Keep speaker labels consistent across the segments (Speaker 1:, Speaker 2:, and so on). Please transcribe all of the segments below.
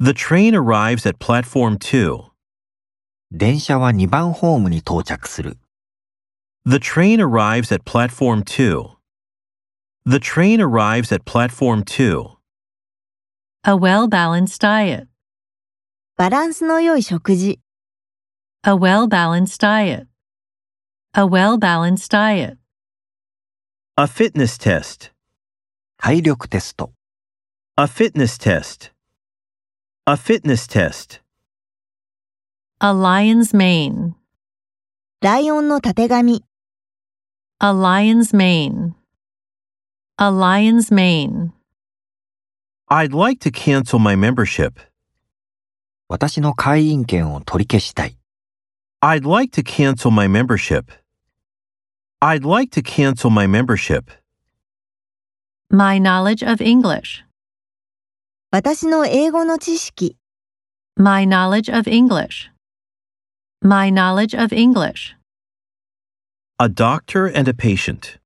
Speaker 1: The train arrives at platform 2.
Speaker 2: 電車は2番ホームに到着する。
Speaker 1: The train arrives at platform 2. The train arrives at platform 2.
Speaker 3: A well balanced diet.
Speaker 4: バランスの良い食事、
Speaker 3: A well balanced diet. A well balanced diet.
Speaker 1: A fitness test.
Speaker 2: 体力テスト。
Speaker 1: A fitness test. A fitness test.
Speaker 3: A lion's mane.
Speaker 4: ライオンのたてがみ、
Speaker 3: A lion's mane. A lion's mane.
Speaker 1: I'd like to cancel my membership.
Speaker 2: 私の会員権を取り消したい。
Speaker 1: I'd like to cancel my membership. I'd like to cancel my membership.
Speaker 3: My knowledge of English.
Speaker 4: 私の英語の知識、
Speaker 3: My knowledge of English. My knowledge of English.
Speaker 1: A doctor and a patient.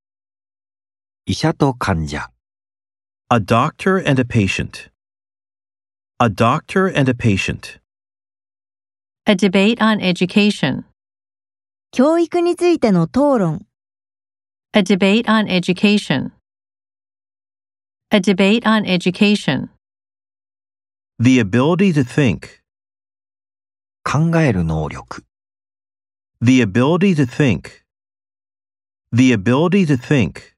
Speaker 2: 医者と患者。
Speaker 1: A doctor and a patient. A doctor and a patient.
Speaker 3: A debate on education.
Speaker 4: 教育についての討論、
Speaker 3: A debate on education. A debate on education.
Speaker 1: The ability to think.
Speaker 2: 考える能力。
Speaker 1: The ability to think. The ability to think.